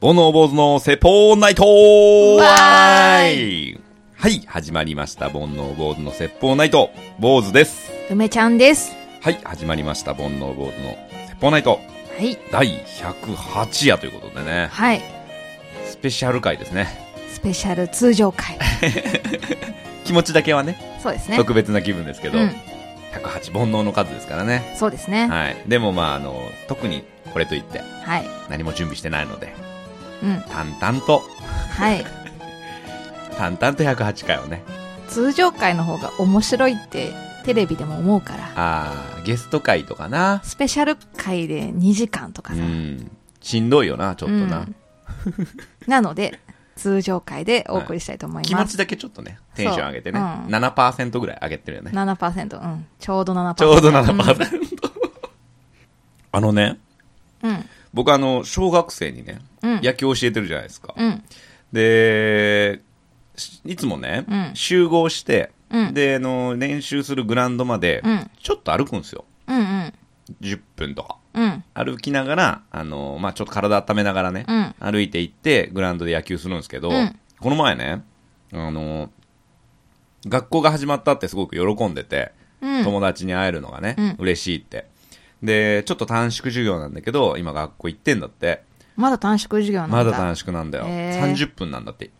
煩悩坊主の説法ナイトーわはいはい、始まりました。煩悩坊主の説法ナイト。坊主です。梅ちゃんです。はい、始まりました。煩悩坊主の説法ナイト。はい。第108夜ということでね、はい。スペシャル回ですね。スペシャル通常 会。気持ちだけはね、そうですね。特別な気分ですけど、うん108煩悩の数ですからね。そうですね。はい。でもまあ、あの、特にこれといってはい。何も準備してないので、うん。淡々と、はい。淡々と108回をね、通常会の方が面白いってテレビでも思うから。あー、ゲスト回とかな、スペシャル会で2時間とかうさ。ん。しんどいよな、ちょっとな。うんなので、通常会でお送りしたいと思い気持ます。ちだけちょっとね、テンション上げてね。そううん7%ぐらい上げてるよね。 7%。うん。ちょうど7%。ちょうど7%。あのね、うん。僕あの、小学生にね、うん野球教えてるじゃないですか。うん。で、しいつもね、うん集合して、うんで、あの、練習するグラウンドまでうん、ちょっと歩くんですよ。うんうん。 10分とか。うん。歩きながら、あの、まあ、ちょっと体温めながらね、うん歩いて行って、グラウンドで野球するんですけど、うんこの前ね、あの、学校が始まったってすごく喜んでて、うん友達に会えるのがね、うん嬉しいって。で、ちょっと短縮授業なんだけど、今学校行ってんだって。まだ短縮授業なんだ。まだ短縮なんだよ。へー30分なんだって。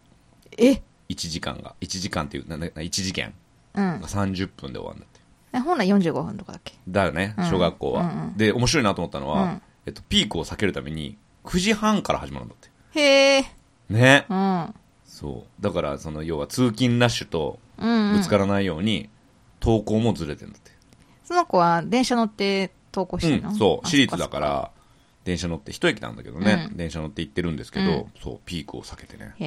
え1時間が。1時間っていう、なんだ1時間うんが。30分で終わるんだって。え本来45分とかだっけだよね、うん小学校は。うんうんで、面白いなと思ったのは、うんえっと、ピークを避けるために、9時半から始まるんだって。へえ。ね。うん。そう。だから、その、要は通勤ラッシュとうん、うぶんつ。からないように、登校もずれてんだって。その子は電車乗って投稿してるの、うん、そう。あ私立だか。ら、電車乗って、一駅なんだけどね、うん電車乗って行ってるんですけうど、そう、ピークを避けてねそっか。へ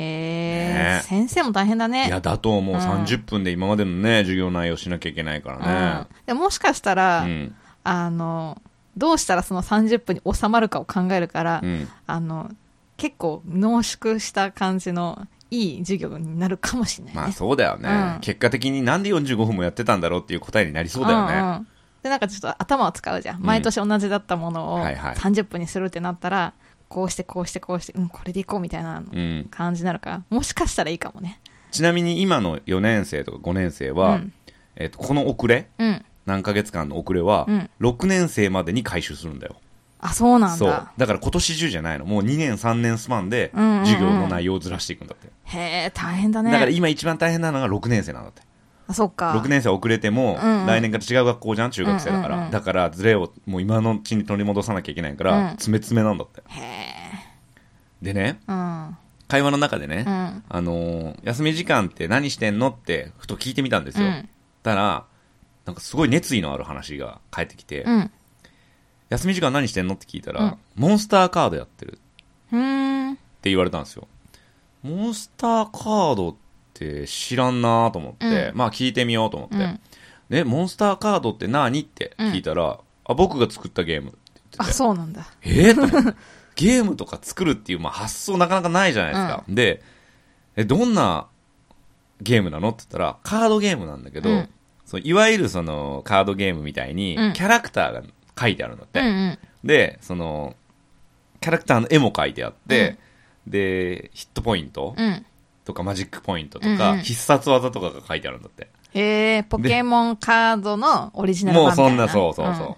ねえ、先生も大変だね。いや、だと思う。うん30分で今までのね、授業内容しなきゃいけないからね。うん、でもしかしたら、うん。あの、どうしたらその30分に収まるかを考えるから、うん。あの、結構濃縮した感じのいい授業になるかもしれないね。まあ、そうだよねう。ん結果的になんで45分もやってたんだろうっていう答えになりそうだよんね。んで、なんかちょっと頭を使うじゃん。ん毎年同じだったものをはいはい30分にするってなったら、こうしてこうしてこうして、うん、これでいこうみたいなうん。感じになるから、もしかしたらいいかもね。ちなみに今の4年生とか5年生は、うんえっと、この遅れ、うん。何ヶ月間の遅れは、うん6年生までに回収するんだよ。あ、そうなんそう。だ。だから今年中じゃないの。もう2年3年スパンで、うんうんうん授業の内容をずらしていくんだって。へえ、大変だね。だから今一番大変なのが6年生なんだって。あ、そっか。 6年生遅れても、うんうん来年から違う学校じゃん中学生だから。うんうんうんだからズレをもう今のうちに取り戻さなきゃいけないから、うん詰め詰めなんだって。へえ。でね、うん。会話の中でね、うん。あのー休み時間って何してんのって、ふと聞いてみたんですよ。うんたら、なんかすごい熱意のある話が返ってきて、うん。休み時間何してんのって聞いたら、うんモンスターカードやってる。うーん。って言われたんですよ。モンスターカードって知らんなと思って、うまあ聞いてみようと思って、うんで、モンスターカードって何って聞いたら、あ、僕が作ったゲームって言あ、ってて、そうなんだ。えー、と思 ってゲームとか作るっていう、まあ、発想なかなかないじゃないですか。で、え、どんなゲームなのって言ったら、カードゲームなんだけど、うんそういわゆるそのカードゲームみたいにうん、キャラクターが書いてあるんだっうて。んうん。で、その、キャラクターの絵も書いてあって、で、ヒットポイントうん。とかマジックポイントとか、うんうん必殺技とかが書いてあるんだって。へえ、ポケモンカードのオリジナルもう版みたそいんな。な、そうそうそ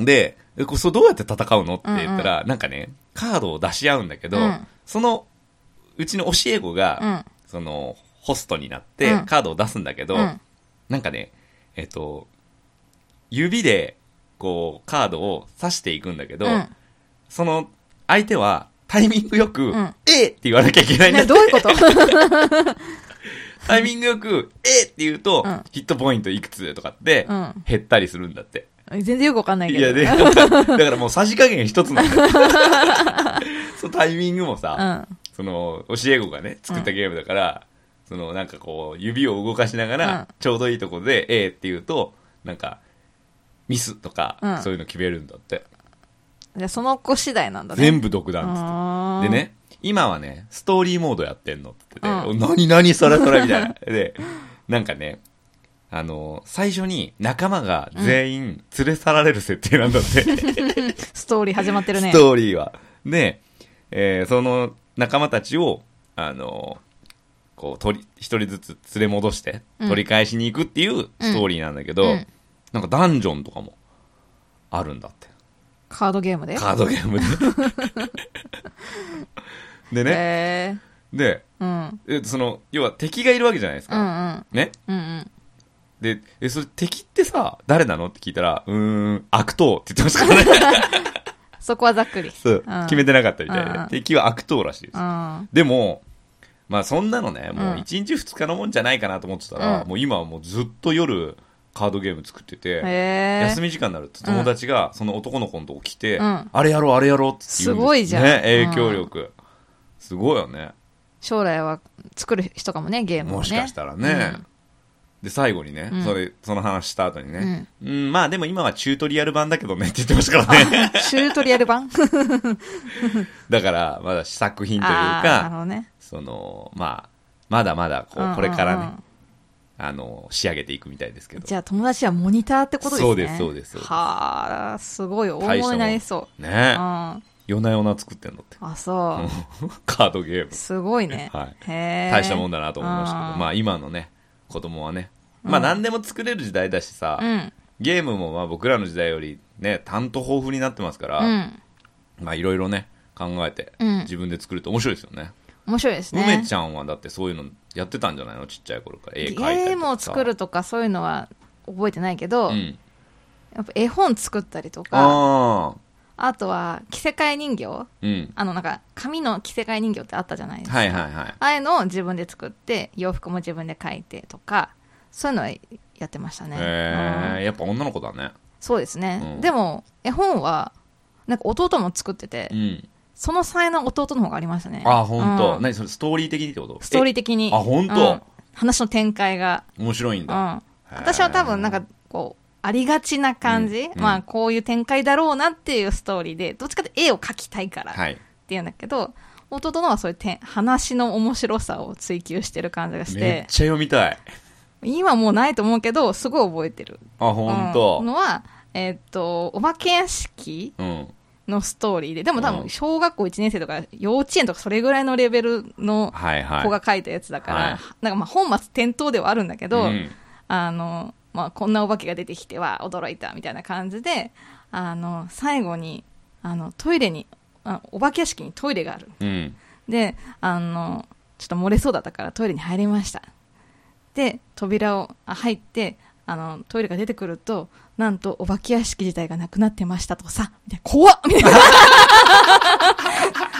う。で、えこそうどうやって戦うのって言ったら、なんかね、カードを出し合うんだけど、うんその、うちの教え子が、うん。その、ホストになって、うんカードを出すんだけど、うんなんかね、えっ、と、指で、こう、カードを刺していくんだけど、うん。その、相手は、タイミングよく、んえーって言わなきゃいけないんだってね、どういうことタイミングよく、えーって言うと、うんヒットポイントいくつとかって、うん減ったりするんだって。全然よくわかんないけいど。 や、で、だからもうさじ加減一つなんだよ そのタイミングもうさ、ん。その、教え子がね、作ったゲームだから、その、なんかこう、指を動かしながら、うんちょうどいいとこで、えーって言うと、なんか、ミスとか、うんそういうの決めるんだって。じゃあその子次第なんだね。全部部独断っつって。なんで。ね、今はね、ストーリーモードやってんのって言ってて、う何何それそれみたいな。で、なんかね、あのー最初に仲間が全員 連れ去られる設定なんだって、ストーリー始まってるね。ストーリーは。で、えーその仲間たちを、あのこう取り、一人ずつ連れ戻して、うん取り返しに行くっていうストーリーなんだけど、うんなんかダンジョンとかもあるんだって。カードゲームでカードゲー ムで。でね、へえで、うんえその、要は敵がいるわけじゃないですうか。んね。うんうんで、え、それ敵ってさ、誰なのって聞いたら、うーん、悪党って言ってました からね。そこはざっくりそううん決めてなかったみたうんういんで。敵は悪党らしいですう。んでも、まあそんなのね、もううん1日2日のもんじゃないかなと思ってたら、うんもう今はもうずっと夜カードゲーム作ってて、へえ休み時間になると友達がその男の子のとこ来て、うんあれやろうあれやろうって言うんですすごいじゃんね、影響力。すごいよね。将来は作る人かもねゲームをねもしかしたらね。で、最後にね、うんそれ、その話した後にね、うん、まあでも今はチュートリアル版だけどねって言ってましたからね。うんチュートリアル版というだから、まだ試作品というなるか、ほどねその、まあ、まだまだこうんうんうう、んこれからね、あの、仕上げていくみたいですけど。じゃあ友達はモニターってことですねそうですそうですそうですはあすごい大大したも物んになりそううねんあ夜な夜な作ってんのって。そ カードゲームう。すごいねはいへえ大したもんだなと思いましたけあど、ーまあ今のね、子供はね、まあ何でも作れる時代だしさ、うんゲームもまあ僕らの時代よりね、担当豊富になってますから、うんまあいろいろね、考えてうん自分で作ると面白いですよね。面白いですね梅ちゃんはだってそういうのやってたんじゃないのちっちゃい頃から絵描いたりとかさ。ゲームを作るとかそういうのは覚えてないけど、うん。やっぱ絵本作ったりとかあああ。とは着せ替え人形うん。あのなんか紙の着せ替え人形ってあったじゃないですか、はいはいはい。ああいうのを自分で作って洋服も自分で描いてとかそういうのはやってましたね、えうー、んやっぱ女の子だね。そうですね、うんでも絵本はなんか弟も作ってて、うん。その才能弟の方がありましたねああ、ほんと。うん何それ、ストーリー的にってことストーリー的にえあほんとうん話の展開がえ面白いんうだ。ん私は多分なんかこうありがちな感じ、うんまあこういう展開だろうなっていうストーリーでどっちかって絵を描きたいからっはい。ていうんだけど、弟のはそういう点話の面白さを追求してる感じがしめってちゃ読みたい。今もうないと思うけどすごい覚えてるあ、ほんとうん。のはえーっとお化け屋敷うん。のストーリーででも多う分ん小学校1年生とか幼稚園とかそれぐらいのレベルのはいはい。子が書いたやつだから、はいなんかまあ本末転倒ではあるんだけど、うんあの、まあ、こんなお化けが出てきては驚いたみたいな感じで、あの、最後に、あの、トイレに、あお化け屋敷にトイレがある。うん。で、あの、ちょっと漏れそうだったからトイレに入りました。で、扉をあ入って、あの、トイレが出てくると、なんとお化け屋敷自体がなくなってましたとさ、みたいな、 怖っみたい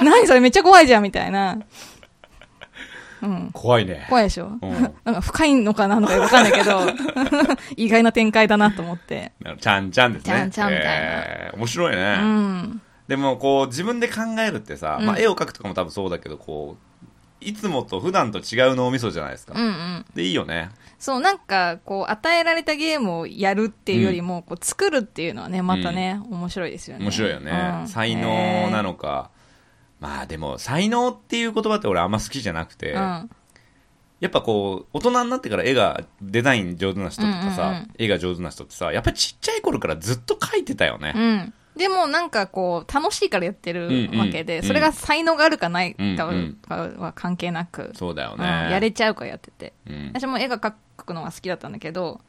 な。何それめっちゃ怖いじゃんみたいな。うん。怖いね。怖いでしょ、うんなんか深いのかなのかよくわかんないけど、 意外な展開だなと思って。なるちゃんちゃんですね。 ちゃんちゃんみたいなえー面白いうね。ん。でもこう、自分で考えるってさ、うんまあ絵を描くとかも多分そうだけど、こう、いつもと普段と違う脳みそじゃないですうんうか。ん。で、いいよね。そう、なんか、こう、与えられたゲームをやるっていうよりも、こう、作るっていうのはね、またね、面白いですよね。面白いよねう。ん才能なのか。まあでも、才能っていう言葉って俺あんま好きじゃなくて、へーうん。やっぱこう、大人になってから絵が、デザイン上手な人とかうんうんうさん、絵が上手な人ってさ、やっぱりちっちゃい頃からずっと描いてたよね。うん。でも、なんかこう、楽しいからやってるわけうんで、うんそれが才能があるかないうんかは関係なく、そうだようんね。やれちゃうからやってて。うん私も絵が描くのが好きだったんだけど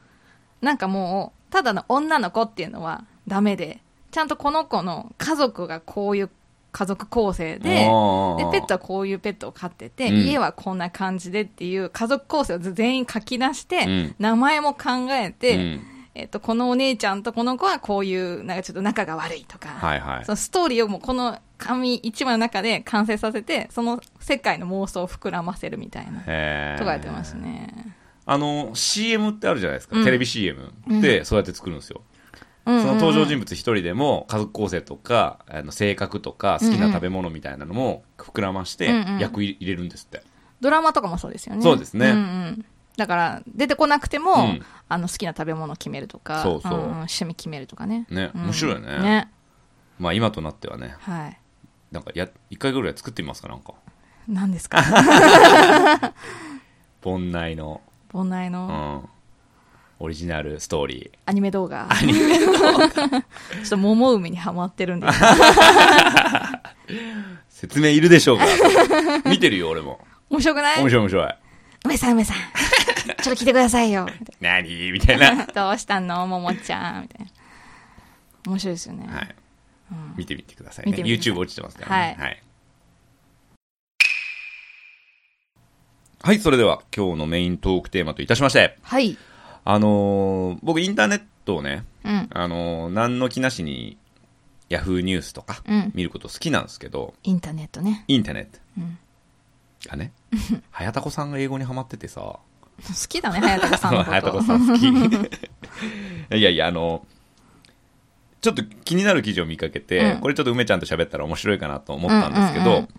なんかもうただの女の子っていうのはダメでちゃんとこの子の家族がこういう家族構成ででペおーットはこういうペットを飼ってて、うん家はこんな感じでっていう家族構成を全員書き出して、うん名前も考えて、うんえっと、このお姉ちゃんとこの子はこういうなんかちょっと仲が悪いとか、はいはいそ。のストーリーをもうこの紙一枚の中で完成させてその世界の妄想を膨らませるみたいなへーとかやってますね。あの、CM ってあるじゃないですか。うんテレビ CM って、そうやって作るんですよ。そのその登場人物一人でも、家族構成とか、あの性格とか、好きな食べ物みたいなのも膨らましてうんうん、役入れるんですって。ドラマとかもそうですよね。そうですねんうんだから、出てこなくても、うんあの好きな食べ物決めるとか、そうそうんん趣味決めるとかね。ねうん面白いよねね。まあ今となってはね、はい。なんかや、一回ぐらい作ってみますか、なんか。何で すか盆内の、盆内うのん。オリジナルストーリアニメ動画。アニメ 動画。ちょっと桃海にハマってるんで。ー。説明いるでしょうか見てるよ、俺も。面白くない面白い面白い。梅さん 梅さんちょっと聞いてくださいよ み何みたいたいな。などうしたのももちゃんみたいな面白いですよね、はい。うん見てみてください見ね。てみてください YouTube 落ちてますからね。はい。はい、それでは今日のメイントークテーマといたしまして、はいあのー僕インターネットをね、うんあのー何の気なしに Yahoo ニュースとかうん見ること好きなんですけど、インターネットねインターネットうんが ね、早田子さんが英語にハマっててさ、好き だね早田子さんのこ早田と子さん好き。いやいや、あの、ちょっと気になる記事を見かけて、うんこれちょっと梅ちゃんと喋ったら面白いかなと思ったんですけど、うんうんうん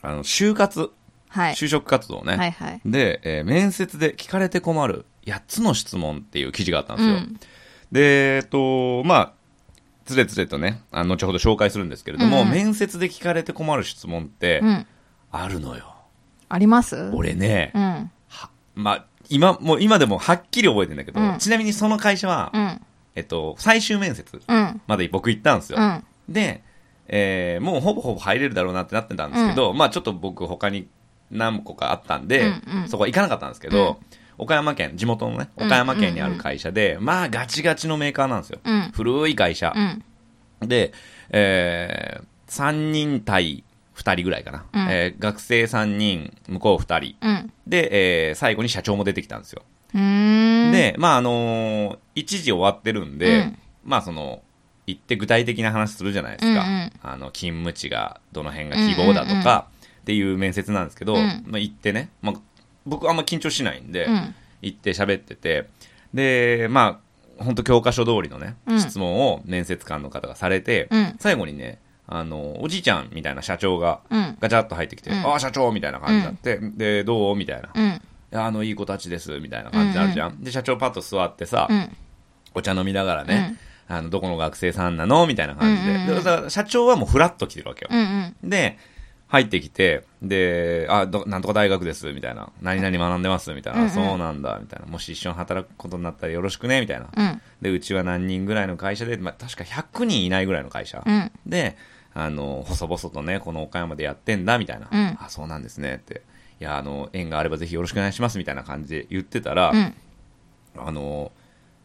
あの、就活、はい就職活動ね。はいはいで、えー面接で聞かれて困る8つの質問っていう記事があったんでうすよ。んで、えっと、まあ、つれつれとね、あの後ほど紹介するんですけれども、うんうん面接で聞かれて困る質問ってうんあるのよ。あります俺ね、うんはまあ、今、もう今でもはっきり覚えてんだけど、うんちなみにその会社は、うんえっと、最終面接うんまで僕行ったんですよ。うんで、えーもうほぼほぼ入れるだろうなってなってたんですけど、まあちょっと僕他に何個かあったんで、うんうんそこは行かなかったんですけど、岡山県、地元のね、岡山県にある会社で、まあガチガチのメーカーなんですよ。うん古い会社う。んで、え3人対2人ぐらいかな。うんえー学生3人、向こう2人。うんで、えー最後に社長も出てきたんですよ。うーんで、まああのー一時終わってるんで、うんまあその、行って具体的な話するじゃないですか。うんうんあの、勤務地が、どの辺が希望だとか、っていう面接なんですけど、うんまあ行ってね、まあ僕あんま緊張しないんで、うん行って喋ってて、で、まあ、本当教科書通りのね、うん質問を面接官の方がされて、うん最後にね、あの、おじいちゃんみたいな社長が、うんガチャッと入ってきて、うんああ、社長みたいな感じになって、で、どうみたいな。うんいやあのいい子たちですみたいな感じになるじゃん、で社長パッと座ってさ、うんお茶飲みながらね、あのどこの学生さんなのみたいな感じで,うんで、うんうんだから社長はもうフラッと来てるわけよ、うんうんで入ってきてであどなんとか大学ですみたいな何々学んでますみたいな、うんうんそうなんだみたいなもし一緒に働くことになったらよろしくねみたいな、うんでうちは何人ぐらいの会社で、まあ、確か100人いないぐらいの会社、うんで、あの、細々とね、この岡山でやってんだ、みたいな。うんあ、そうなんですね、って。いや、あの、縁があればぜひよろしくお願いします、みたいな感じで言ってたら、うんあの、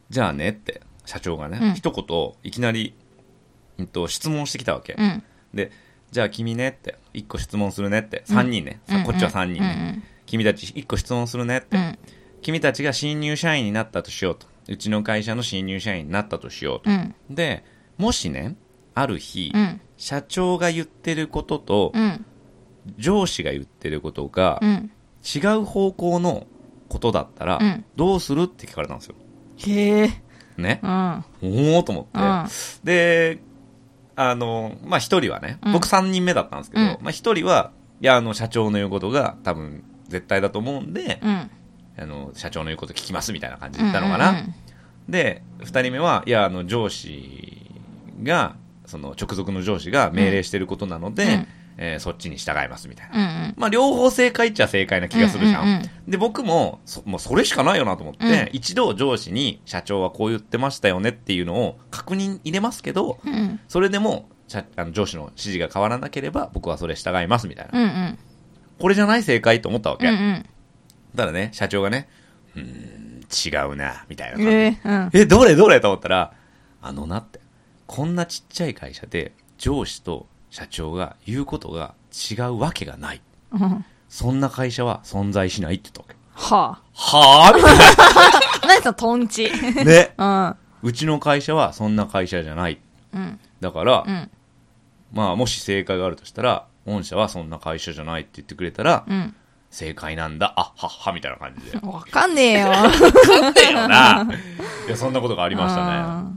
じゃあね、って、社長がね、うん一言、いきなり、うんと、質問してきたわけ。うんで、じゃあ君ね、って、一個質問するね、って、三人ね、さうんこっちは三人ね、君たち一個質問するね、って、うん君たちが新入社員になったとしようと。うちの会社の新入社員になったとしようと。うんで、もしね、ある日、うん社長が言ってることと、うん上司が言ってることがう、ん違う方向のことだったらうん、どうするって聞かれたんですよ。へえね。うんおおと思って。うんで、あの、まあ、一人はね、うん僕3人目だったんですけど、うんまあ、一人は、いや、あの、社長の言うことが多分絶対だと思うんで、うんあの、社長の言うこと聞きますみたいな感じで言ったのかな。うんうんで、二人目は、いや、あの、上司が、その、直属の上司が命令してることなので、うんえーそっちに従いますみたいな。うんうんまあ、両方正解っちゃ正解な気がするじゃん。うんうんうんで、僕もそ、もうそれしかないよなと思って、うん一度上司に社長はこう言ってましたよねっていうのを確認入れますけど、うんうんそれでも、社あの上司の指示が変わらなければ、僕はそれ従いますみたいな。うんうんこれじゃない正解と思ったわけ。うんただね、社長がね、うーん、違うな、みたいなうん感じでえーえ、どれどれと思ったら、あのなって、こんなちっちゃい会社で上司と社長が言うことが違うわけがない。うんうんそんな会社は存在しないって言ったわけ。ははぁみたあ何そのトンチいな。 ね。うんうちの会社はそんな会社じゃない。うんだから、うんまあもし正解があるとしたら、御社はそんな会社じゃないって言ってくれたら、うん正解なんだ、あはっは、みたいな感 じで。わかんねえよだよな。いや、そんなことがありましたね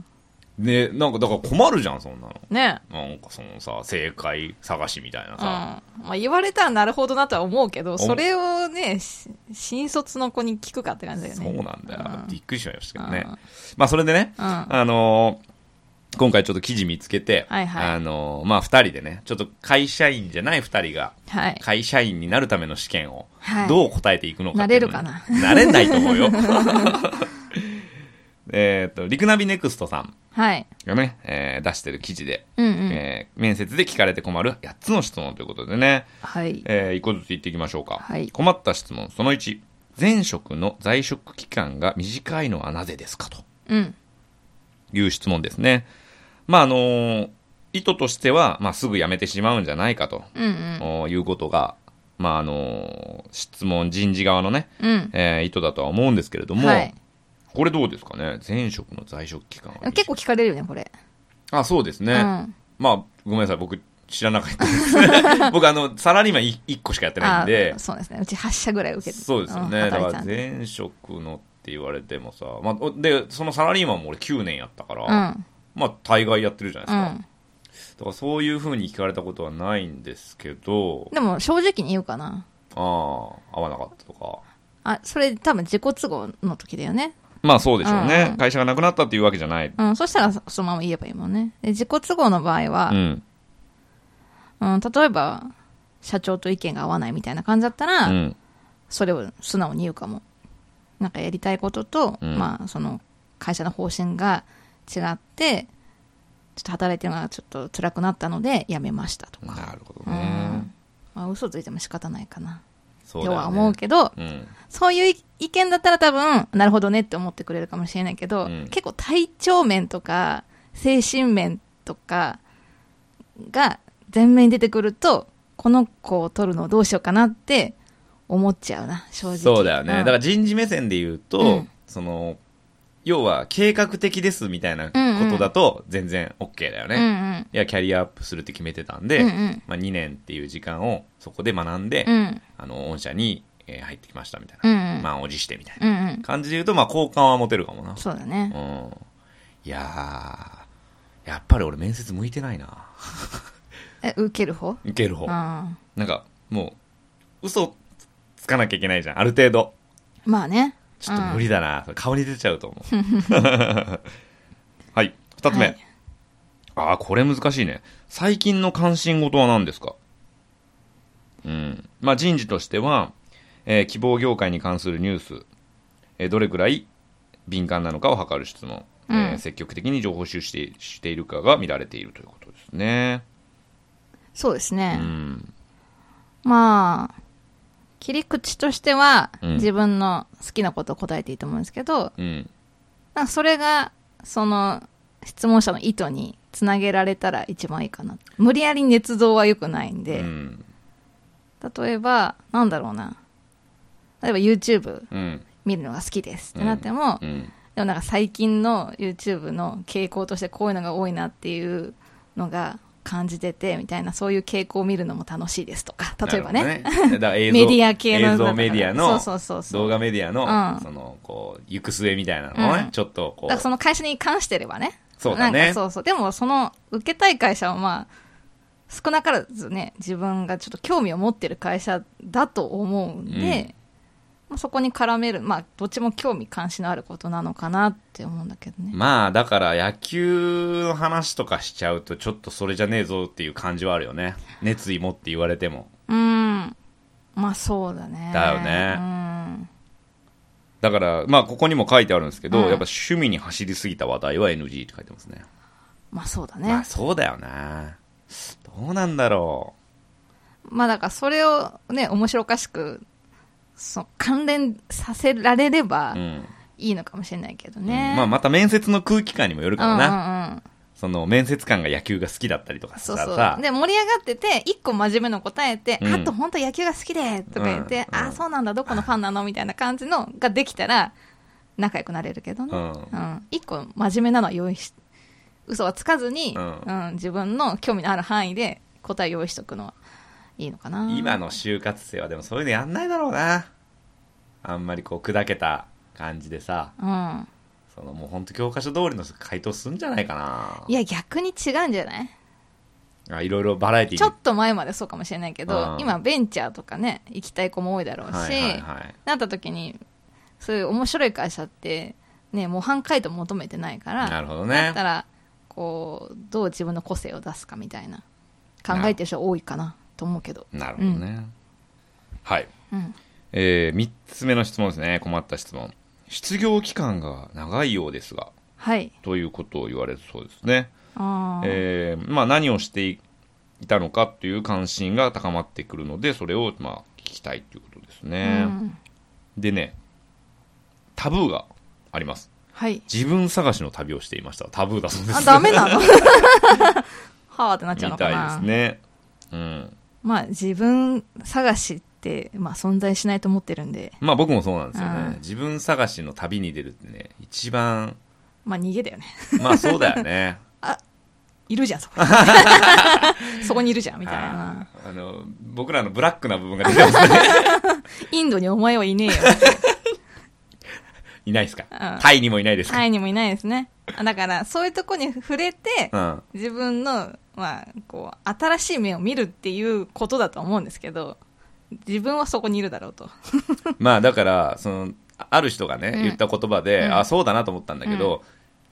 ね。ね、なんかだから困るじゃん、そんなの。ねなんかそのさ、正解探しみたいなうんさ。まあ言われたらなるほどなとは思うけどそれをねし新卒の子に聞くかって感じだよねそうなんだよ。びっくりしましたけどねうん。まあ、それでね、うんあのー今回ちょっと記事見つけて、はいはいあのーまあ、二人でね、ちょっと会社員じゃない二人が、はい会社員になるための試験をは、いどう答えていくのかっていうのなれるか なれないと思うよ。えっと、リクナビネクストさん。はい。がね、えー出してる記事で、うんうん。えー面接で聞かれて困る8つの質問ということでね、はい。え1個ずつ言っていきましょうか、はい困った質問その1前職の在職期間が短いのはなぜですかとうん。いう質問ですねまああのー意図としては、まあ、すぐ辞めてしまうんじゃないかと、うんうん。おいうことが、まああのー質問人事側のね、うん。えー意図だとは思うんですけれども、はいこれどうですかね前職の在職期間は短い結構聞かれるよね、これ。あそうですね、うん。まあごめんなさい僕知らなかったです 僕あのサラリーマンい1個しかやってないんであそうですね。うち8社ぐらい受けてそうですよね、だんか働いてたらんで前職のって言われてもさ、まあ、おでそのサラリーマンも俺9年やったから、うん。まあ大概やってるじゃないうですか、ん。だからそういうふうに聞かれたことはないんですけどでも、正直に言うかな。ああ合わなかったとかあ、それ多分自己都合の時だよね。まあそうでしょうね、うん会社がなくなったっていうわけじゃないうん。そしたら、そそのまま言えばいいもんね。で、自己都合の場合はう、んうん、例えば、社長と意見が合わないみたいな感じだったうら、んそれを素直に言うかも。なんかやりたいことと、うんまあ、その、会社の方針が違って、ちょっと働いてるのがちょっと辛くなったので、辞めましたとか。なるほどうねん。まあ、嘘ついても仕方ないかな。そうだとよねは思うけど、うんそういう意見だったら多分、なるほどねって思ってくれるかもしれないけど、うん結構体調面とか、精神面とかが前面に出てくると、この子を取るのどうしようかなって思っちゃうな、正直。そうだよね、んだから人事目線で言うと、うんその要は計画的ですみたいなこうんうんとだと全然 OK だよね、うんいやキャリアアップするって決めてたんで、うんうんまあ、2年っていう時間をそこで学んで、うん。うんあの御社に、えー入ってきましたみたいうんうな、ん。満を持してみたいなうんうん。感じで言うと、まあ、好感は持てるかもな、そうだうね。ん、いやーやっぱり俺面接向いてないなえ、受ける方受ける方、うん。なんかもう嘘つかなきゃいけないじゃんある程度まあね。ちょっとうん無理だな、顔に出ちゃうと思う。 はい、二つ目。はいああ、これ難しいね。最近の関心事は何ですかうん。まあ、人事としては、えー希望業界に関するニュース、えーどれくらい敏感なのかを測る質問、えーうん積極的に情報収集してしているかが見られているということですね。そうですうね。ん。まあ、切り口としては、うん自分の好きなことを答えていいと思うんですけど、うん。なんかそれが、その、質問者の意図につなげられたら一番いいかな。無理やり捏造は良くないんうで、ん。例えば、なんだろうな。例えば YouTube うん。見るのが好きですってなっても、うん。でもなんか最近の YouTube の傾向としてこういうのが多いなっていうのが感じてて、みたいな、そういう傾向を見るのも楽しいですとか、例えばね。なるほどね。だから 映像メディア系の映像メディアのそうそうそうそう動画メディアの、うんその、こう、行く末みたいなのをね、うんちょっとこだからう、その会社に関してればね。そうだなんねか。そうそう。でもその受けたい会社はまあ、少なからずね、自分がちょっと興味を持ってる会社だと思うんで、うんまあ、そこに絡める、まあ、どっちも興味関心のあることなのかなって思うんだけどね。まあ、だから野球の話とかしちゃうと、ちょっとそれじゃねえぞっていう感じはあるよね。熱意持って言われても。うん。まあそうだね。だよねだから、まあ、ここにも書いてあるんですけど、うんやっぱ趣味に走りすぎた話題は NG って書いてますね。うん。まあそうだね。まあ、そうだよな。どうなんだろまあだからそれをね、面白おかしく、そう関連させられればう。うん。いいのかもしれないけどうね。んまあ、また面接の空気感にもよるからな。うんうんうん。その、面接官が野球が好きだったりとかそさ、うさそう。で、盛り上がってて、一個真面目の答えて、うんあと本当野球が好きで、とか言って、うんうんあ、そうなんだ、どこのファンなのみたいな感じのができたら、仲良くなれるけどね。うんん一個真面目なのは用意し、嘘はつかずに、ううんん、自分の興味のある範囲で答え用意しとくのはいいのかな。今の就活生はでもそういうのやんないだろうなあんまりこう砕けた感じでさうん。そのもうほんと教科書通りの回答すんじゃないかいや、逆に違うんじゃないなあいろいろバラエティちょっとと前までそうかもしれないけどう、ん今ベンチャーとかね、行きたい子も多いだろうし、はいはいはいなった時にそういう面白い会社ってね模範解答求めてないからなるほどだねったらこうどう自分の個性を出すかみたいな考えてる人多いかなと思うけどなるほどね、はい、うんえー、3つ目の質問ですね困った質問失業期間が長いようですがはいということを言われるそうですね。あー、えーまあ、何をしていたのかっていう関心が高まってくるのでそれをまあ聞きたいということですね。うん、でねタブーがあります。はい自分探しの旅をしていました。タブーだそうです。あダメな のはあってなっちゃうのみたかないですね。うん。まあ自分探しって、まあ、存在しないと思ってるんでまあ僕もそうなんですようんね。自分探しの旅に出るってね、一番、まあ逃げだよねまあそうだよね。 いるじゃんそこ にそこにいるじゃんみたいなあーあの、僕らのブラックな部分が出て ますね。インドにお前はいねえよいないですかうんタイにもいないですかタイにもいないですねあだからそういうとこに触れてうん。自分の、まあ、こう新しい面を見るっていうことだと思うんですけど自分はそこにいるだろうとまあだから、その、ある人がね、うん言った言葉で、うんあ、そうだなと思ったんだけど、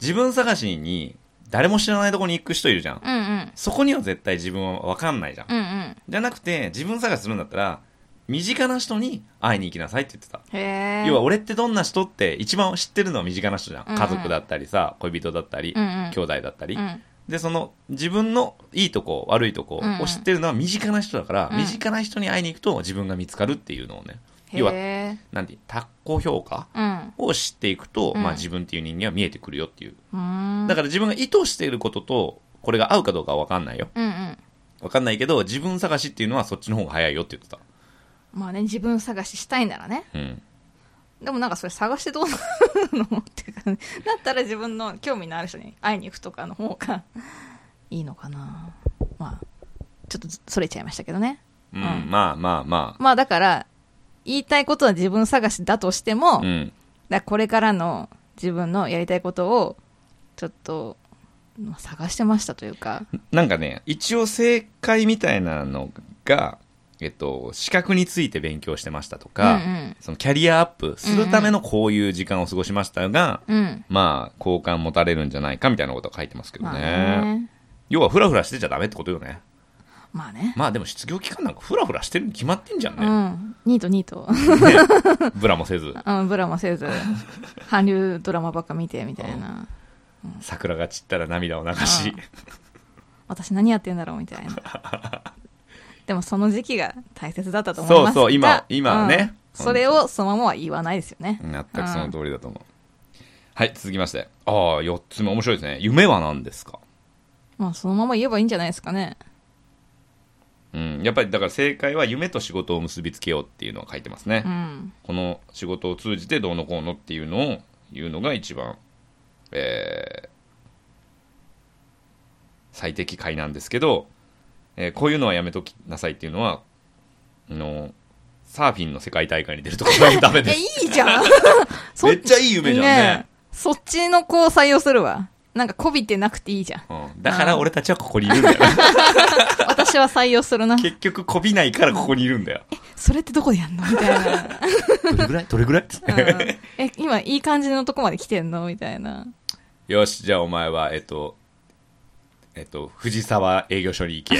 自分探しに誰も知らないとこに行く人いるじゃん。うんうんそこには絶対自分は分かんないじゃん。うんうんじゃなくて、自分探しするんだったら、身近な人に会いに行きなさいって言ってた。へえ要は俺ってどんな人って一番知ってるのは身近な人じゃん、うんうん家族だったりさ恋人だったり、うんうん兄弟だったり、うんでその自分のいいとこ悪いとこうんうんを知ってるのは身近な人だから、うん身近な人に会いに行くと自分が見つかるっていうのをねへ要はえなんてタッコ評価うんを知っていくと、うんまあ、自分っていう人間は見えてくるよっていううーんだから自分が意図していることとこれが合うかどうかは分かんないようんうん分かんないけど自分探しっていうのはそっちの方が早いよって言ってたまあね自分探ししたいならねうんでもなんかそれ探してどうなるのってか、 ね、だったら自分の興味のある人に会いに行くとかの方がいいのかなまあちょっとそれちゃいましたけどねうん、うんまあまあままあだから言いたいことは自分探しだとしても、あうんだからこれからの自分のやりたいことをちょっとまあ探してましたというかなんかね、一応正解みたいなのが、えっと、資格について勉強してましたとか、うんそのキャリアアップするためのこういう時間を過ごしましたが、うんうんまあ、好感持たれるんじゃないかみたいなことが書いてますけどね。まあね要は、フラフラしてちゃダメってことよね。まあねまあ、でも失業期間なんかフラフラしてるに決まってんじゃんうね。んニートニート ねブラもせず、うんブラマせ ず韓流ドラマばっか見てみたいな、桜が散ったら涙を流し、私何やってんだろう みたいなでもその時期が大切だったと思いそうますそう今が今はねうんそれをそのままは言わないですよね全くその通りだと思う。はい、続きまして。ああ、4つ目面白いですね。夢は何ですかまあそのまま言えばいいんじゃないですかねうん、やっぱりだから正解は夢と仕事を結びつけようっていうのは書いてますね、うんこの仕事を通じてどうのこうのっていうのを言うのが一番、えー最適解なんですけど、えーこういうのはやめときなさいっていうのはあのサーフィンの世界大会に出るとかはダメいでや いすい じゃんそめっちゃいい夢じゃんねえそっちの子を採用するわなんか媚びてなくていいじゃんうん、だから俺たちはここにいるん だよ私は採用するな結局こびないからここにいるんだよそれってどこでやんのみたいな、どれ ぐらいどれぐらいってうんえ今いい感じのとこまで来てんのみたいなよし、じゃあお前は、えっと、えっと、藤沢営業所に行 け。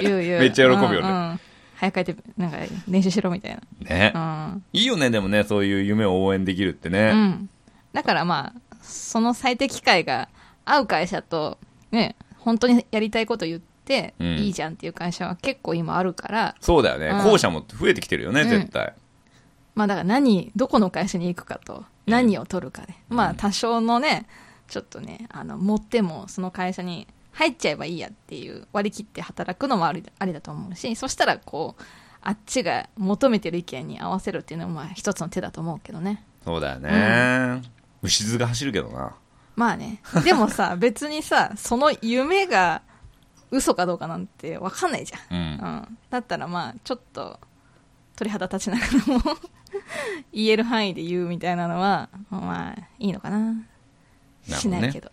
言う言うめっちゃ喜ぶよねうんうん早く帰ってなんか練習しろみたいね。なうんいいよね、でもね、そういう夢を応援できるってうね。ん、だからまあその最適解が合う会社とね本当にやりたいこと言ってうんいいじゃんっていう会社は結構今あるから、そうだようねん。後者も増えてきてるよね、うん絶対。まあだから何どこの会社に行くかと何を取るかで、まあ多少のねちょっとねあの持ってもその会社に入っちゃえばいいやっていう割り切って働くのもありありだと思うしそしたらこうあっちが求めてる意見に合わせるっていうのもまあ一つの手だと思うけどね。そうだよね。牛津が走るけどな。まあね。 でもさ、別にさ、その夢が嘘かどうかなんてわかんないじうゃん。ん。うん。だったらまあ、ちょっと、鳥肌立ちながらも、 言える範囲で言うみたいなのは、まあ、いいのかな。ほどねしないけど。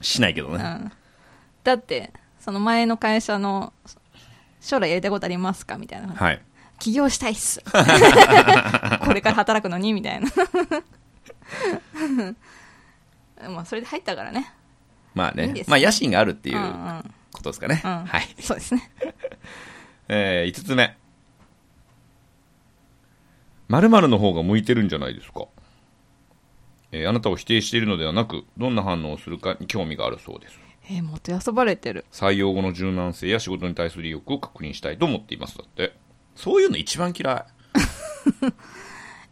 しないけどうね。ん。だって、その前の会社の、将来やりたいことありますかみたいな。はい。起業したい っす。 これから働くのにみたいな。 まあ、それで入ったからね。まあいいんでねす。よまあ、野心があるっていうんううんことですかね。うんはい。そうですね。え5つ目。〇〇の方が向いてるんじゃないですか。ええーあなたを否定しているのではなくどんな反応をするかに興味があるそうですえー、もてあそばれてる採用後の柔軟性や仕事に対する意欲を確認したいと思っていますだってそういうの一番嫌い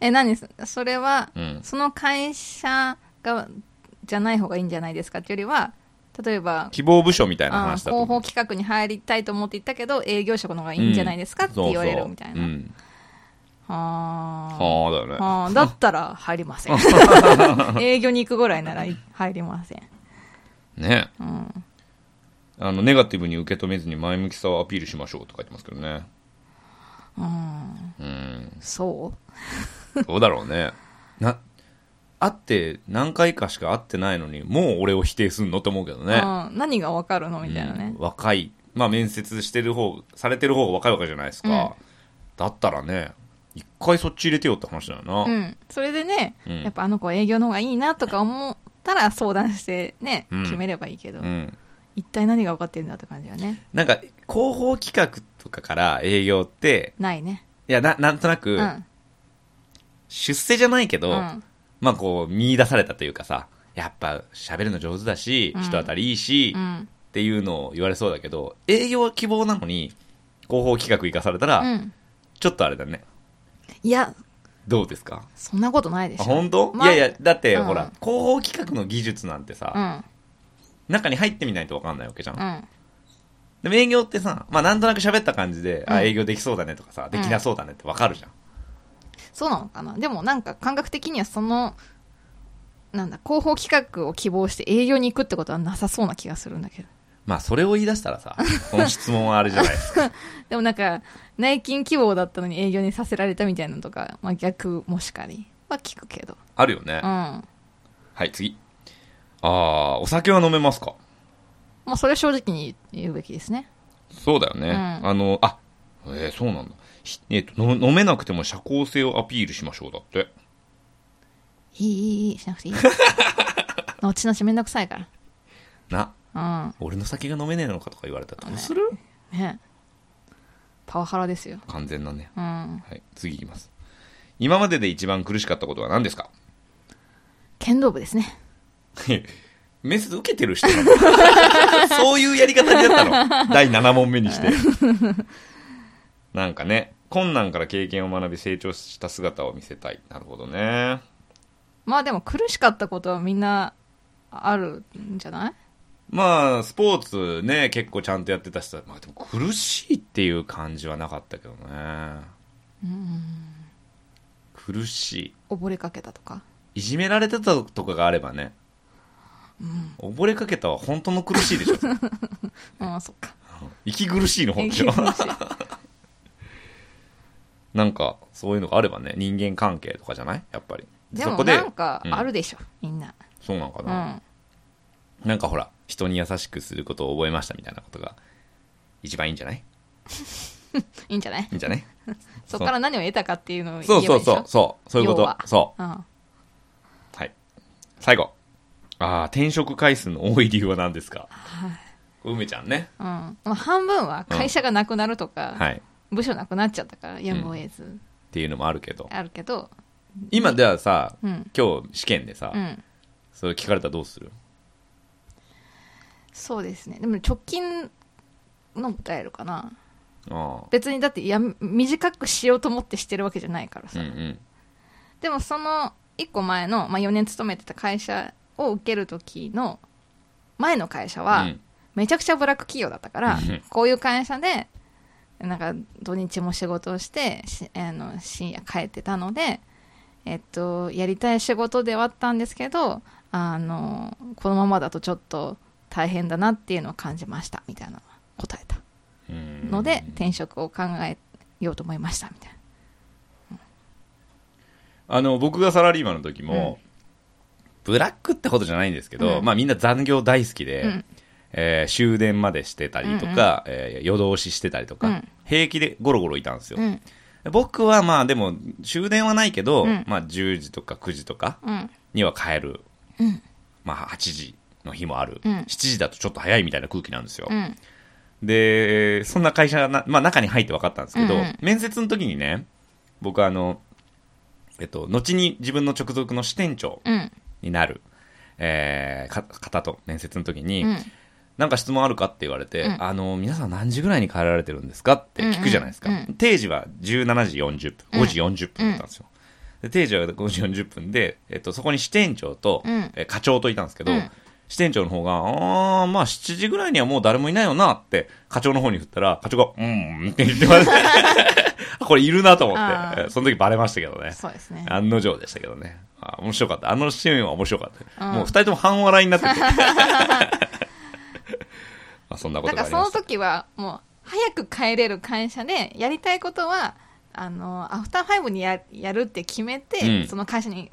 え何そそれは、うんその会社がじゃない方がいいんじゃないですかっていうよりは例えば希望部署みたいなあ話ーだと広思報う企画に入りたいと思って行ったけど営業職の方がいいんじゃないですかって言われるみたいな、そうそううんあーはあだよねあーだったら入りま せん営業に行くぐらいなら入りません、ねうん、あのネガティブに受け止めずに前向きさをアピールしましょうと書いてますけどねうん、うんそうどうだろうねな会って何回かしか会ってないのにもう俺を否定すんのと思うけどねうん、何がわかるのみたいなねうん、若いまあ面接してる方されてる方が若いわけじゃないですか、うんだったらね一回そっち入れてよって話だよな、うんそれでね、うんやっぱあの子は営業の方がいいなとか思ったら相談してね、うん決めればいいけど、うん一体何が分かってるんだって感じだねなんか広報企画とかから営業ってないねいやななんとなく、うん、うん出世じゃないけど、まあこう見出されたというかさやっぱ喋るの上手だし、うん人当たりいいし、うっんていうのを言われそうだけど営業希望なのに広報企画行かされたら、うんちょっとあれだねいやどうですかそんなことないでしあょ本当、まあいやいやだって、うんほら広報企画の技術なんてさ、うん中に入ってみないと分かんないわけじゃん、うんでも営業ってさ、まあ、なんとなく喋った感じで、うあん営業できそうだねとかさできなそうだねって分かるじゃん、そうなのかなでもなんか感覚的にはそのなんだ広報企画を希望して営業に行くってことはなさそうな気がするんだけどまあそれを言い出したら さこの質問はあれじゃないですかでもなんか内勤希望だったのに営業にさせられたみたいなのとか、まあ、逆もしかりは聞くけどあるよね、うんまはい次あーお酒は飲めますかあそれは正直に言うべきですねそうだよね、うんあのあえーそうなんだ、ひえーとの飲めなくても社交性をアピールしましょうだっていいいいいいしなくていい後々めんどくさいかならうん俺の酒が飲めねえのかとか言われたらどうする、ねパワハラですよ完全なねうんはい次いきます今までで一番苦しかったことは何ですか剣道部ですね面接受けてる人なの そういうやり方になったの第7問目にしてなんかね困難から経験を学び成長した姿を見せたいなるほどねまあでも苦しかったことはみんなあるんじゃないまあスポーツね結構ちゃんとやってた人は、まあ、でも苦しいっていう感じはなかったけどね苦し溺れかけたとかいいじめられてたとかがあればね、溺れかけたは本当の苦しいでしょうんそっか息苦しいの本当なんか、そういうのがあればね、人間関係とかじゃないやっぱり。でそもこでなんかうんあるでしょ、みんなそうなのかうな、んなんかほら、人に優しくすることを覚えましたみたいなことが、一番いいんじゃないいいいんじゃないいんじゃないそこから何を得たかっていうのを言えばそいういでしそうそょう、そう、そういうこ要とは。そう。うんはい。最後。ああ、転職回数の多い理由は何ですか梅ちゃんね。うんまあ、半分は会社がなくなるとか、はい。っ部署なくなっちゃったからやむを得ずていうのもあるけど。あるけど、今ではさ、うん今日試験でさ、うん、それ聞かれたらどうするそうですねでも直近の答えるかなああ。別にだってやめ短くしようと思ってしてるわけじゃないからうさ、んうん。でもその1個前の、まあ、4年勤めてた会社を受ける時の前の会社は、うんめちゃくちゃブラック企業だったからうんこういう会社でなんか土日も仕事をしてしあの深夜帰ってたので、えっと、やりたい仕事ではあったんですけどあのこのままだとちょっと大変だなっていうのを感じましたみたいなのは答えたうんので転職を考えようと思いましたみたいなあの僕がサラリーマンの時も、ブラックってことじゃないんですけど、うんまあ、みんな残業大好きで、うんえー終電までしてたりとか、えー夜通ししてたりとか、うん平気でゴロゴロいたんですよ、うん僕はまあでも終電はないけど、うんまあ、10時とか9時とかうんには帰る、うんまあ、8時の日もある、うん7時だとちょっと早いみたいな空気なんですよ、うんでそんな会社がな、まあ、中に入って分かったんですけど、うんうん面接の時にね僕あのえっと後に自分の直属の支店長うんにになる、えーか方と面接の時に、うんなんか質問あるかって言われて、うんあの、皆さん何時ぐらいに帰られてるんですかって聞くじゃないですか。うんうんうん定時は17時40分、5時40分だったんですよ。で定時は5時40分で、えっと、そこに支店長と、うんえ課長といたんですけど、うん支店長の方が、あー、まあ7時ぐらいにはもう誰もいないよなって、課長の方に振ったら、課長が、うーんって言ってます。 これいるなと思あって、ーその時バレましたけどね。そうですね案の定でしたけどね。あ面白かった。あのシーンは面白かった。うんもう二人とも半笑いになって て。まあそんなこだとかがあらりそまのした。時はもう早く帰れる会社でやりたいことはあのアフターファイブにややるって決めて、うんその会社に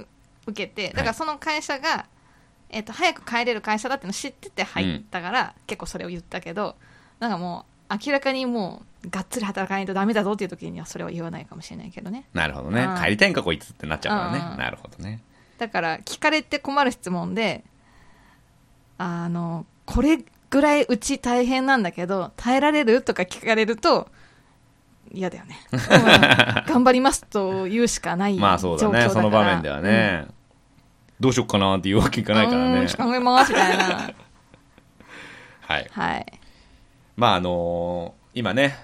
受けてだかはいらその会社が、えっと早く帰れる会社だっての知ってて入ったから、結構それを言ったけどなんかもう明らかにもうがっつり働かないとダメだぞっていう時にはそれは言わないかもしれないけどねなるほどねう。ん帰りたいんかこいつってなっちゃうからうね。んなるほどね。だから聞かれて困る質問であのこれぐらいうち大変なんだけど耐えられるとか聞かれると嫌だ よね、うん頑張りますと言うしかない状況だからまあそうだね。その場面ではね。どうしよっかなっていうわけいかうんないからうーんねちょっ。と考えますみた いなはい。はいまああのー今ね、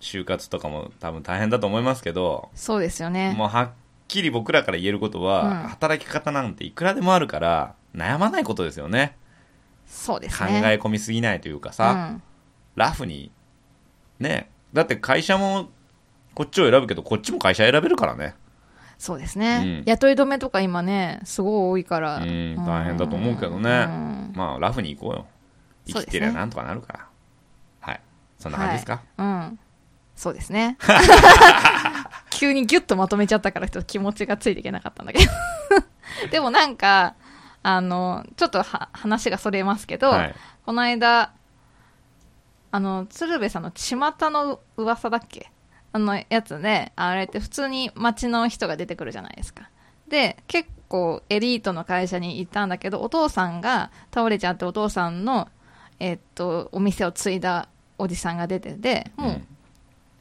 就活とかも多分大変だと思いますけど、そうですよね、もうはっきり僕らから言えることは、うん働き方なんていくらでもあるから、悩まないことですよね。そうです考ねえ込みすぎないというかさ、ラフにねだって会社もこっちを選ぶけどこっちも会社選べるからねうん、そうですね、うん雇い止めとか今ねすごい多いからうん大変だと思うけどねうんまあラフに行こうよ生きてりゃそうですねなんとかなるから、はいそんな感じですか、はい、うんそうです ね急にギュッとまとめちゃったからちょっと気持ちがついていけなかったんだけどでもなんかあのちょっとは話がそれますけど、はいこの間あの鶴瓶さんの巷の噂だっけあのやつねあれって普通に街の人が出てくるじゃないですかで結構エリートの会社に行ったんだけどお父さんが倒れちゃってお父さんの、えっとお店を継いだおじさんが出てても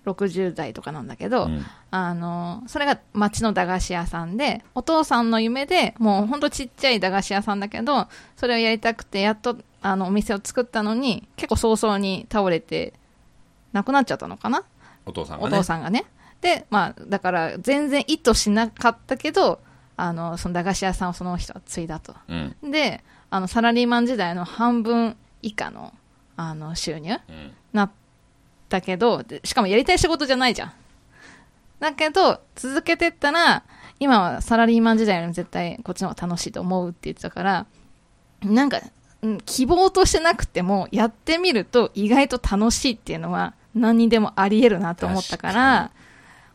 う60代とかなんだけど、うんうんあのそれが町の駄菓子屋さんでお父さんの夢でもうほんとちっちゃい駄菓子屋さんだけどそれをやりたくてやっとあのお店を作ったのに結構早々に倒れて亡くなっちゃったのかなお父さんおがね父さんがね。で、まあ、だから、全然意図しなかったけど、あの、その駄菓子屋さんをその人は継いだと。うんで、あの、サラリーマン時代の半分以下の、あの、収入うんなったけど、でしかもやりたい仕事じゃないじゃん。だけど、続けてったら、今はサラリーマン時代よりも絶対こっちの方が楽しいと思うって言ってたから、なんか、うん希望としてなくても、やってみると意外と楽しいっていうのは何にでもあり得るなと思ったから、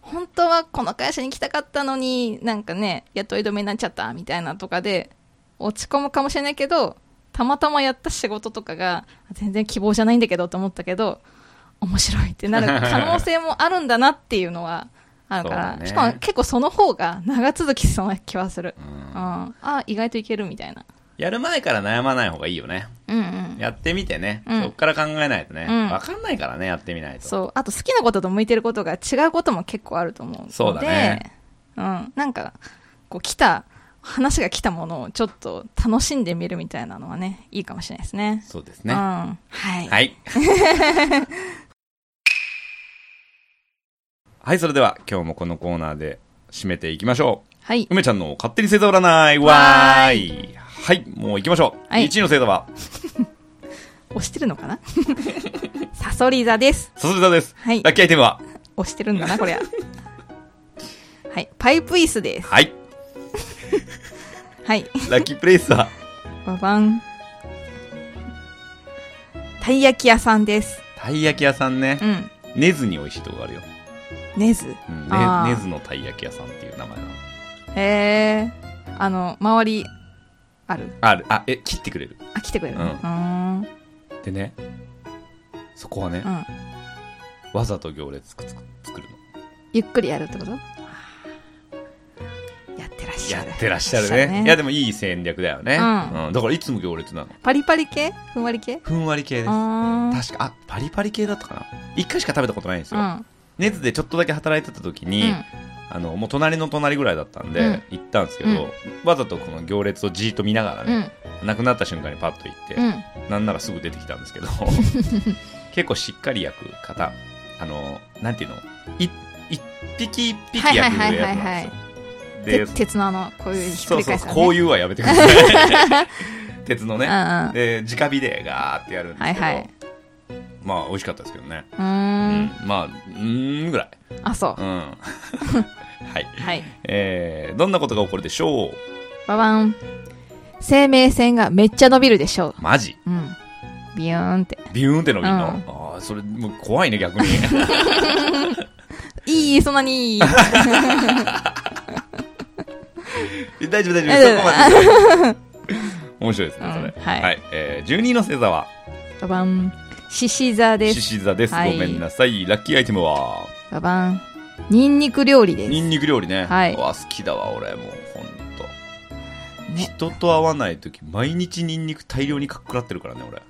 本当はこの会社に行きたかったのに、なんかね、雇い止めになっちゃったみたいなとかで、落ち込むかもしれないけど、たまたまやった仕事とかが、全然希望じゃないんだけどと思ったけど、面白いってなる可能性もあるんだなっていうのは、あるか そうだら、ねしかも結構その方が長続きしそうな気はする。ううんんああ、意外といけるみたいな。やる前から悩まない方がいいよねうんうん。やってみてね、うんそっから考えないとね、うんわかんないからねやってみないとそう。あと好きなことと向いてることが違うことも結構あると思うので。そうだねうん。なんか、こう来た、話が来たものをちょっと楽しんでみるみたいなのはね、いいかもしれないですね。そうですうね、ん。はい。はい はいそれでは今日もこのコーナーで締めていきましょうはい。梅ちゃんの勝手に星座占い、わーい。はい、もう行きましょう。はい1位の星座は、押してるのかな サソリ座です。さそり座です。はいラッキーアイテムは、押してるんだな、こりゃ。はい。パイプ椅子です。はい。はい。ラッキープレイスは、ババン。たい焼き屋さんです。たい焼き屋さんねう。ん。根津に美味しいとこがあるよ。ねず。うんあーね根津のたい焼き屋さんっていう名前なの。へえ。あの、周り、あるある、あ、え、切ってくれる。あ、来てくれるうんうーん。うん。でね、そこはね、わざと行列作作るの。ゆっくりやるってことやってらっしやゃる。ってらっしゃるいらっしゃね。いや、でもいい戦略だよね。うんうん。だからいつも行列なの。パリパリ系ふんわり系ふんわり系です。あー確か、あ、パリパリ系だったかな。一回しか食べたことないんですよ。うん。ネズでちょっとだけ働いてた時うに、ん。あのもう隣の隣ぐらいだったんで、うん行ったんですけど、うんわざとこの行列をじーっと見ながらうね、んなくなった瞬間にパッと行って、うんなんならすぐ出てきたんです けど結構しっかり焼く方あのなんていうのい一匹一匹焼くやつなんですよ、てで鉄のあのこういうひっくそうりそう返すそうのねこういうはやめてくださ い鉄のうね、んうんで直火でガーってやるんですけど、はいはいまあ美味しかったですけどね、うーうんんまあうーんぐらいあそううん はいはいえー、どんなことが起こるでしょうババン生命線がめっちゃ伸びるでしょマジううんビヨーンってビューンって伸びるの、うんああそれもう怖いね 逆にいいそん なにいいえ大丈夫大丈夫そこまで面白いですねそれ、うんはいえー、12位の星座はババン獅子座で獅す子座です、はいごめんなさいラッキーアイテムはババンニンニク料理ですニンニク料理ね、はいわ好きだわ俺もうほんとね人と会わない時毎日ニンニク大量にかっくらってるからね俺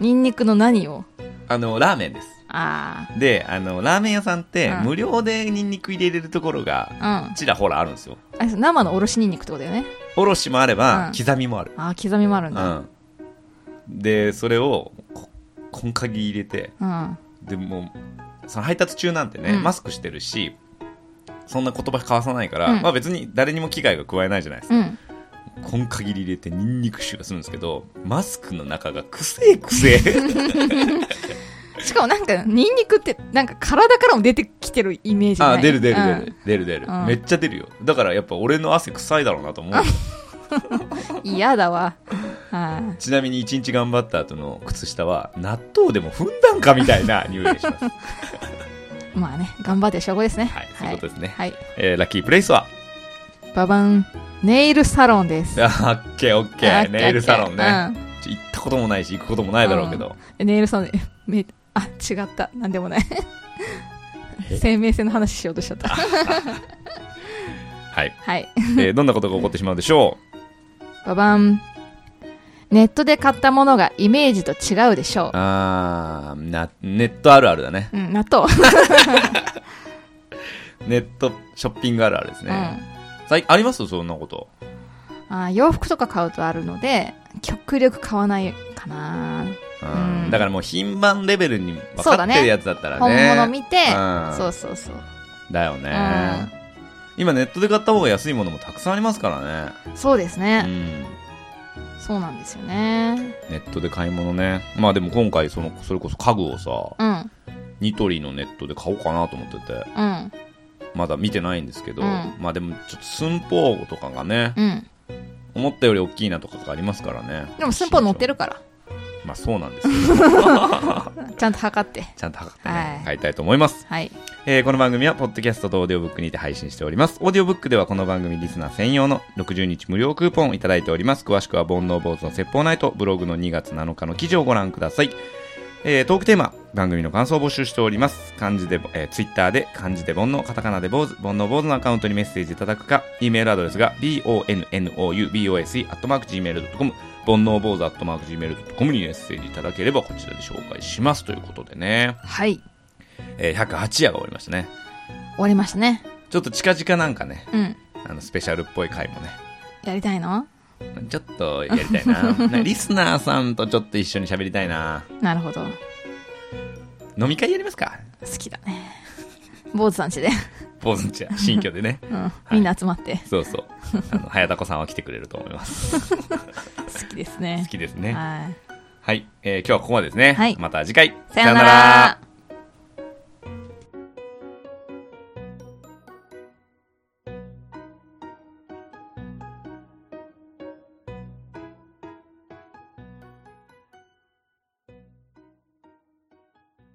ニンニクの何をあのラーメンですあであのラーメン屋さんってうん無料でニンニク入れれるところがあうんちらほらあるんですよあ生のおろしニンニクってことだよねおろしもあればうん刻みもある、ああ刻みもあるんうだんでそれをここんかぎ入れてうんでもうその配達中なんてね、うんマスクしてるしそんな言葉交わさないから、うんまあ別に誰にも危害が加えないじゃないですかうんこん限り入れてニンニク臭がするんですけどマスクの中がくせえくせえ しかもなんかニンニクってなんか体からも出てきてるイメージないあ出る出る出うんる、出る出るうんめっちゃ出るよだからやっぱ俺の汗臭いだろうなと思う嫌だわ。はちなみに一日頑張った後の靴下は納豆でも踏んだんかみたいな匂いがし ます、い。まあね、頑張ってる証拠ですね。はい、そういうことですね、はい。えーラッキープレイスは ババン、ネイルサロンです。あオッケーオッケあオッーケーネイルサロンオね、ッケちょー行ったこともないし行くこともないだろうけど、うんネイルサロンで、め、あ、違った。なんでもないえ。生命線の話しようとしちゃった。はい、はい。えーどんなことが起こってしまうでしょう ババン、ネットで買ったものがイメージと違うでしょあーなネットあるあるだねう。うん、納豆。ネットショッピングあるあるですうね、ん。最近ありますそんなことあ洋服とか買うとあるので、極力買わないかな。うんうんだからもう品番レベルに分そうかだっねてるやつだったらね本物見て、うんそうそうそう。だよね、今ネットで買った方が安いものもたくさんありますからそうですね、うね。ん、そうなんですよね。ネットで買い物ねまあでも今回そのそれこそ家具をさうん、ニトリのネットで買おうかなと思っててうん、まだ見てないんですけど、うんまあでもちょっと寸法とかがねうん。思ったより大きいなとかがありますからねでも寸法乗ってるから、まあそうなんですよ ちゃんと測って。ちゃんと測ってね、はい買いたいと思いますはい。えーこの番組は、ポッドキャストとオーディオブックにて配信しております。オーディオブックでは、この番組リスナー専用の60日無料クーポンをいただいております。詳しくは、煩悩坊主の説法ナイト、ブログの2月7日の記事をご覧ください。えートークテーマ、番組の感想を募集しております。漢字で、えー、ツイッターで、漢字で煩悩、カタカナで坊主、煩悩坊主のアカウントにメッセージいただくか、e メールアドレスが、bonoubose、アットマーク gmail.com、煩悩坊主、アットマーク gmail.com にメッセージいただければ、こちらで紹介します。ということでね、はい。終えー108夜が終わりましたね。わりましたね。ちょっと近々なんかね、うん。あのスペシャルっぽい回もね、やりたいのちょっとやりたい な。なんかリスナーさんとちょっと一緒に喋りたいな。なるほど。好飲み会やりますかきだね。坊主さんちで、坊主ん ちは新居でね。うんいみんな集まって。そうそう。あの、早田子さんは来てくれると思います。好きです好ね。きですね。はい。はい。えー今日はここまでですね。はいまた次回。さよなさら。